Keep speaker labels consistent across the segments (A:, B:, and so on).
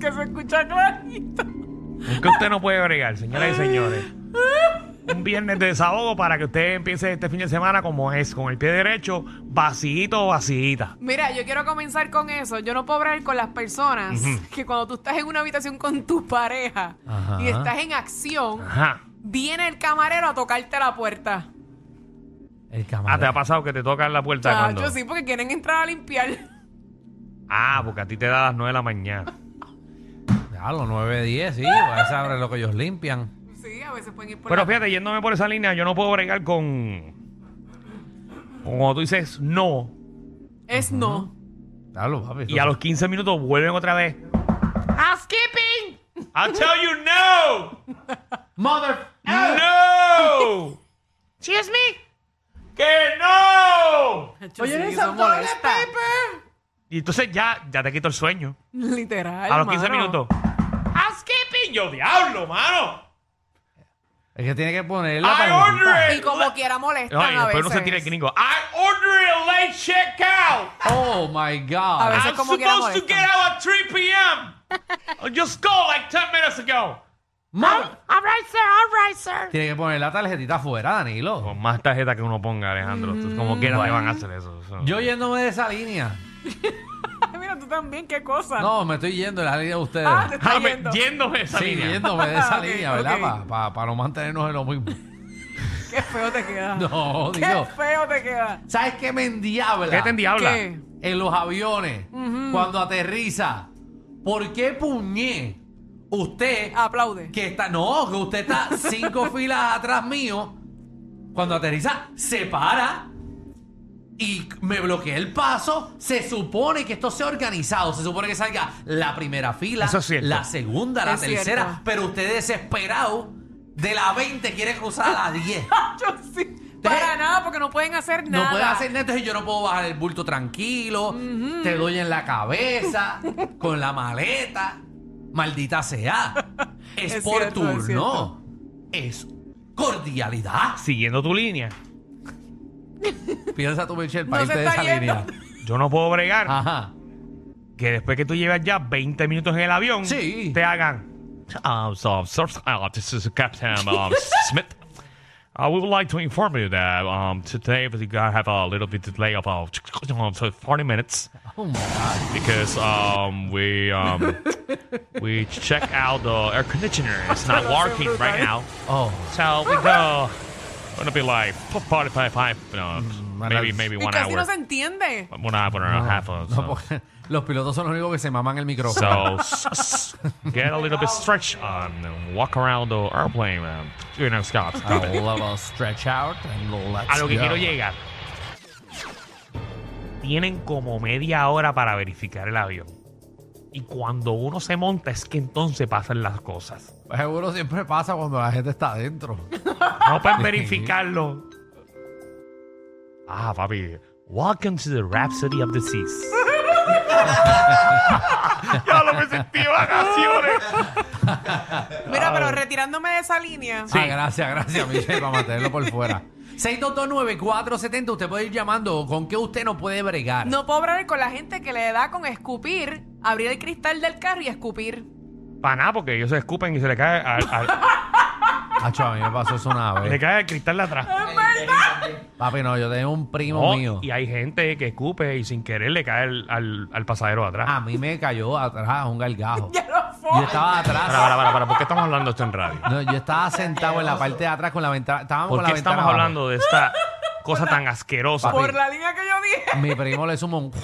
A: que se escucha clarito.
B: Es que usted no puede bregar, señoras y señores. Un viernes de desahogo para que usted empiece este fin de semana como es, con el pie derecho, vacío o vacillita.
A: Mira, yo quiero comenzar con eso. Yo no puedo hablar con las personas que cuando tú estás en una habitación con tu pareja
B: Ajá.
A: y estás en acción,
B: Ajá.
A: viene el camarero a tocarte la puerta.
C: El
B: Ah, te ha
C: camarero.
B: pasado que te tocan la puerta
A: Ah,
B: cuando.
A: yo sí, porque quieren entrar a limpiar.
B: Ah, porque a ti te da a las 9 de la mañana.
C: A los 9, 10, sí. A esa hora es lo que ellos limpian.
A: Sí, a veces pueden ir por
B: Pero
A: la-
B: fíjate, yéndome por esa línea, yo no puedo bregar con. con Cuando tú dices no,
A: Es no.
C: Claro, papi.
B: y a los 15 minutos vuelven otra vez.
A: ¡Housekeeping!
B: I'll tell you no!
C: ¡Mother!
B: ¡No!
A: ¡Excuse me!
B: ¡Que no!
A: Oye,
C: eres
A: eso
C: Antonio
A: molesta.
B: Y entonces ya, ya te quito el sueño.
A: Literal.
B: A los 15
A: mano.
B: minutos. ¡Housekeeping! ¡Yo diablo, mano!
C: Es que tiene que poner la
B: I
C: parencita.
B: order
A: Y como quiera molestan
B: No, y
A: a
B: después
A: veces.
B: no se tira el gringo. I ordered a late checkout.
C: Oh my
A: A
C: God.
A: ver. Eso es
B: I'm
A: como quiera
B: supposed to
A: molestan.
B: get out at 3 p.m. I just called like 10 minutes ago.
C: Mother.
A: All right, sir, all right, sir.
C: Tiene que poner la tarjetita afuera, Danilo.
B: Con más tarjeta que uno ponga, Alejandro. tú Como quiera te van a hacer eso. eso.
C: Yo yéndome de esa línea.
A: Ay, mira, tú también, qué cosa.
C: No, me estoy yendo de la línea de ustedes.
A: Ah, te
B: Ah,
A: estás
B: me-
A: yendo.
B: yéndome de esa
C: sí,
B: línea.
C: yéndome de esa
A: Ok,
C: línea, ¿verdad?
A: ok.
C: Para no mantenernos en lo mismo.
A: Qué feo te queda.
C: No,
A: Qué
C: digo.
A: feo te queda.
C: ¿Sabes qué me endiabla?
B: ¿Qué te endiabla?
A: ¿Qué?
C: En los aviones, cuando aterriza. ¿Por qué puñé usted
A: Aplaude.
C: que está. No, que usted está cinco filas atrás mío. Cuando aterriza, se para y me bloquea el paso. Se supone que esto sea organizado. Se supone que salga la primera fila,
B: Eso es cierto.
C: la segunda, la
A: Es cierto.
C: tercera. Pero usted desesperado de la 20 quiere cruzar a la 10.
A: Yo sí. Para
C: Te-
A: nada, porque no pueden hacer nada.
C: No puedes hacer nada, entonces yo no puedo bajar el bulto tranquilo. Te doy en la cabeza, con la maleta. Maldita sea. Es,
A: Es
C: por
A: cierto, es cierto.
C: turno. Es, cordialidad.
B: Siguiendo tu línea.
C: Piensa tú, Michelle,
A: No
C: para
A: se
C: irte de
A: está
C: esa
A: yendo.
C: línea.
B: Yo no puedo
C: Ah,
B: bregar
C: Ajá.
B: que después que tú llevas ya 20 minutos en el avión,
C: Sí.
B: te hagan. Um, so, sir, uh, this is Captain um, Smith. Uh, we would like to inform you that um, today we have a little bit delay of uh, 40 minutes
C: Oh my God.
B: because um, we um, we check out the air conditioner. It's not working right now.
C: Oh.
B: So we go. Gonna be like 45, five, uh,
C: Mm,
B: maybe maybe
A: Y
B: one
A: casi no
B: hour,
A: se entiende.
B: one hour and a half. Or
C: No,
B: so.
C: porque los pilotos son los únicos que se maman el
B: So
C: micrófono.
B: s- s- get a little bit stretch on and walk around the airplane. um, you know, Scott.
C: I love a stretch out and let's
B: A lo que
C: go.
B: quiero llegar. Tienen como media hora para verificar el avión. Y cuando uno se monta es que entonces pasan las cosas.
C: Seguro siempre pasa cuando la gente está adentro.
B: No pueden verificarlo. Ah, papi. Welcome to the Rhapsody of the Seas. ya lo me sentí en vacaciones.
A: Mira, pero retirándome de esa línea.
B: Sí.
C: Ah, gracias, gracias, Michelle, para mantenerlo por fuera. 6229470, usted puede ir llamando con qué usted no puede bregar.
A: No puedo hablar con la gente que le da con escupir, abrir el cristal del carro y escupir.
B: Para nada, porque ellos se escupen y se le cae al- al,
C: Acho, a mí me pasó eso una
B: Le
C: vez.
B: cae el cristal de atrás.
C: Papi, no, yo tenía un primo
B: Oh,
C: mío.
B: y hay gente que escupe y sin querer le cae el- al, al pasadero de atrás.
C: A mí me cayó atrás un gargajo.
A: Ya lo fue.
C: Yo estaba
B: Para,
C: atrás.
B: para, para, para, ¿por qué estamos hablando esto en radio?
C: No, yo estaba sentado en la parte de atrás con la ventana. Estábamos
B: ¿Por
C: con la
B: qué estamos
C: ventana abajo.
B: hablando de esta cosa tan asquerosa?
A: Por la línea que yo dije.
C: Mi primo le sumó un.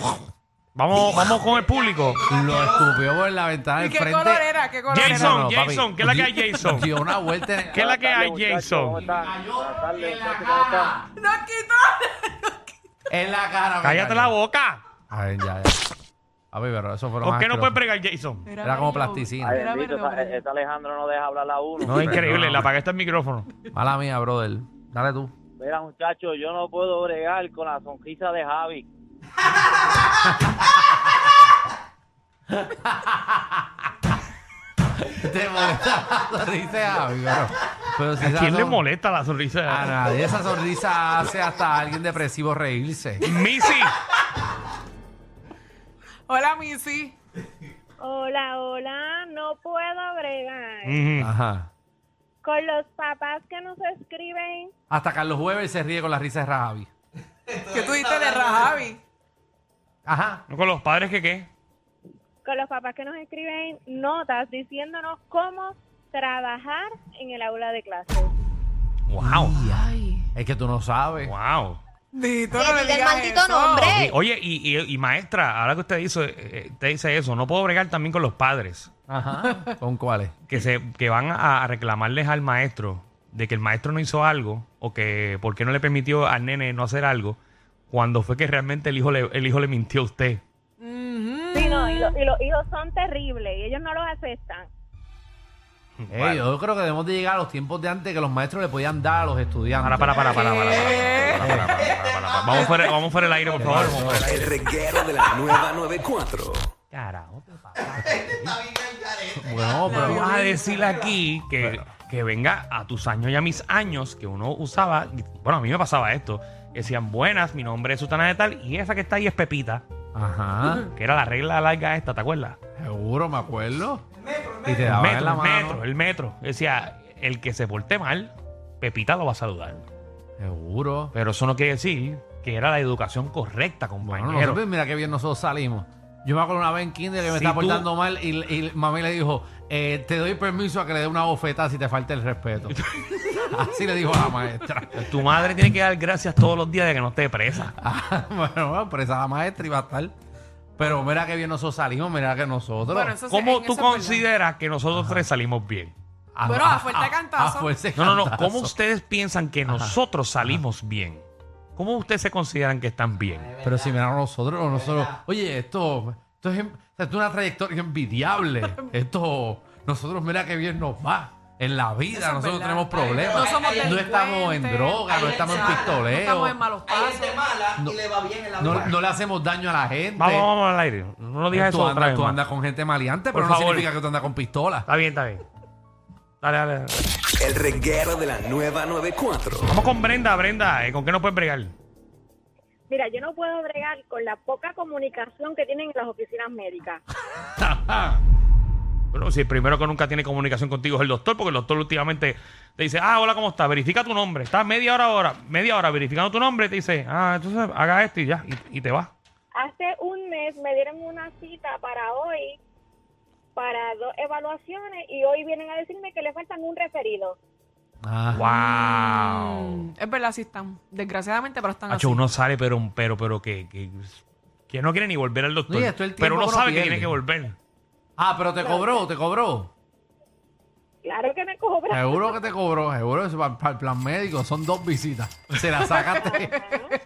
B: Vamos, vamos con el público.
C: Lo escupió por la ventana
A: ¿Y
C: del
A: qué
C: frente.
A: color era? ¿Qué color
B: Jason,
A: era?
C: No, no, papi.
B: Jason, ¿qué es la que hay, Jason?
C: Dio una vuelta en
B: ¿Qué es la que hay,
D: Muchachos, ¿cómo
B: Jason?
D: están? Buenas tardes, muchachos, ¿cómo están?
A: ¡Nos quitó!
C: en la cara. me
B: Cállate
C: cayó.
B: la boca.
C: A ver, ya, ya. Papi, pero eso fueron
B: ¿Por qué no
C: asquerosos.
B: puedes pregar, Jason?
C: Era como plasticina.
D: Ay,
A: Era
D: bendito,
A: verde,
D: esa-
A: verde.
D: ese Alejandro no deja hablar a uno.
B: No, es increíble,
C: no.
B: le apagué hasta el micrófono.
C: Mala mía, brother. Dale tú.
D: Mira, muchachos, yo no puedo bregar con la sonrisa de Javi.
C: Te molesta la sonrisa, amigo. Pero si
B: ¿A
C: esa Ah,
B: quién le
C: son-
B: molesta la
C: A
B: sonrisa?
C: nadie esa sonrisa hace hasta a alguien depresivo reírse.
B: Missy,
A: Hola, Missy.
E: Hola, hola, no puedo bregar.
B: Mhm.
C: Ajá.
E: Con los papás que nos escriben,
C: Hasta Carlos Weber se ríe con la risa de Rajavi.
A: ¿Qué tú diste de Rajavi?
C: Ajá.
B: ¿No ¿Con los padres que qué?
E: con los papás que nos escriben notas diciéndonos cómo trabajar en el aula de clases.
B: Wow.
A: Ay.
C: Es que tú no sabes.
B: Wow.
A: Dito,
F: Que
A: no
F: diga
A: le
F: el
A: digas
F: maldito
A: eso.
F: nombre.
B: Y- oye, y, y- y maestra, ahora que usted dice, eh, te dice eso, no puedo bregar también con los padres
C: Ajá. ¿Con cuáles?
B: que se que van a, a reclamarles al maestro de que el maestro no hizo algo o que por qué no le permitió al nene no hacer algo cuando fue que realmente el hijo le, el hijo le mintió a usted.
E: Sí, no, Mm. y, lo- y los hijos son terribles y ellos no los aceptan.
C: Eh,
B: Bueno.
C: yo creo que debemos de llegar a los tiempos de antes que los maestros le podían dar a los estudiantes.
B: Para, para, para, para, para, para, para, para, para, para, para, para. Vamos fuera, vamos fuera el aire, por favor. Vamos fuera.
G: El reguero de la nueva 94.
B: Carajo, te pasa.
C: Bueno,
B: Pero
C: pero...
B: vamos a decir aquí que, que venga a tus años y a mis años, que uno usaba, bueno, a mí me pasaba esto, que decían, buenas, mi nombre es Sutana de tal, y esa que está ahí es Pepita,
C: Ajá.
B: que era la regla larga esta, ¿te acuerdas?
C: Seguro, me acuerdo. Y te
B: El
C: daban en
B: metro,
C: la
B: el
C: mano.
B: metro, el metro. Decía, el que se porte mal, Pepita lo va a saludar.
C: Seguro.
B: Pero eso no quiere decir que era la educación correcta,
C: Bueno,
B: compañero.
C: nosotros, mira qué bien nosotros salimos. Yo me acuerdo una vez en kinder que me
B: Si
C: estaba
B: tú-
C: portando mal y, y mami le dijo, eh, te doy permiso a que le dé una bofetada si te falta el respeto. Así le dijo la maestra.
B: Tu madre tiene que dar gracias todos los días de que no esté presa.
C: Ah, bueno, bueno, presa la maestra y va a estar. Pero mira qué bien nosotros salimos, mira que nosotros...
A: Bueno, eso sí,
B: ¿Cómo
A: en eso
B: tú
A: es verdad.
B: consideras que nosotros tres salimos bien?
C: A-
A: Bueno, a fuerte cantazo.
C: a fuerte
B: No, no, no.
C: cantazo.
B: ¿Cómo ustedes piensan que nosotros salimos bien? ¿Cómo ustedes se consideran que están bien?
C: Pero si miraron nosotros, nosotros... Oye, esto, esto, es, en- esto es una trayectoria envidiable. Esto... Nosotros mira qué bien nos va. En la
A: Eso
C: vida,
A: es
C: nosotros
A: verdad.
C: tenemos problemas.
A: No somos
C: estamos en
A: delincuentes.
C: droga, no estamos en
A: No
C: pistoleo.
A: estamos en malos
H: Hay
A: pasos.
H: gente mala
C: No.
H: y le va bien en la
C: No,
H: vida.
C: no le hacemos daño a la gente.
B: Vamos, vamos al aire. No lo digas
C: tú
B: eso otra
C: andas,
B: vez
C: tú
B: más.
C: andas con gente maleante,
B: Por
C: pero no
B: favor.
C: significa que tú andas con pistola.
B: Está bien, está bien. Dale, dale, dale.
G: El reguero de la nueva 94.
B: Vamos con Brenda, Brenda. ¿eh? ¿Con qué no puedes bregar?
E: Mira, yo no puedo bregar con la poca comunicación que tienen en las oficinas médicas.
B: Bueno, si el primero que nunca tiene comunicación contigo es el doctor, porque el doctor últimamente te dice, ah, hola, ¿cómo estás? Verifica tu nombre. Estás media hora, hora, media hora verificando tu nombre y te dice, ah, entonces haga esto y ya, y, y te va.
E: Hace un mes me dieron una cita para hoy, para dos evaluaciones, y hoy vienen a decirme que le faltan un referido.
C: Ah,
B: ¡Wow!
A: Mm, Es verdad, sí están. Desgraciadamente, pero están así.
B: Hacho, uno sale, pero, pero, pero que, que, que no quiere ni volver al doctor.
C: No, y esto el tiempo
B: pero uno
C: que uno
B: sabe que
C: pierde.
B: tiene que volver.
C: Ah, pero te cobró, te cobró.
E: Claro que me cobran.
C: Seguro que te cobró, seguro eso para, el plan médico son dos visitas. Se la sacaste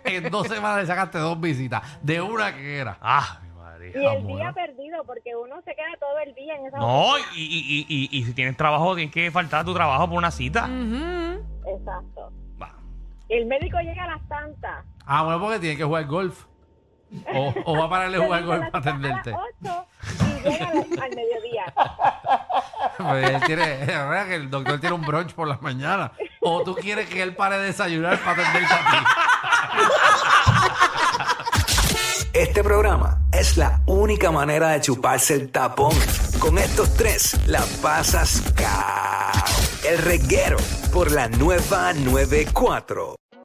C: en dos semanas le sacaste dos visitas de una que era.
B: Ah, mi madre.
E: Y el
C: bueno.
E: día perdido, porque uno se queda todo el día en esa
B: No, y, y- y- y- y si tienes trabajo, tienes que faltar a tu trabajo por una cita.
A: Ujú.
E: Exacto.
B: Va.
E: El médico llega a las tantas.
C: Ah, bueno, porque tiene que jugar golf. O, o va a pararle a jugar
E: Yo
C: golf
E: digo,
C: para
E: la cita
C: atenderte.
E: A las 8 y llega a las- al mediodía.
C: Pues él tiene, es verdad que el doctor tiene un brunch por la mañana. O tú quieres que él pare de desayunar para atenderte a ti.
G: Este programa es la única manera de chuparse el tapón. Con estos tres la pasas cao. El reguero por la nueva 94.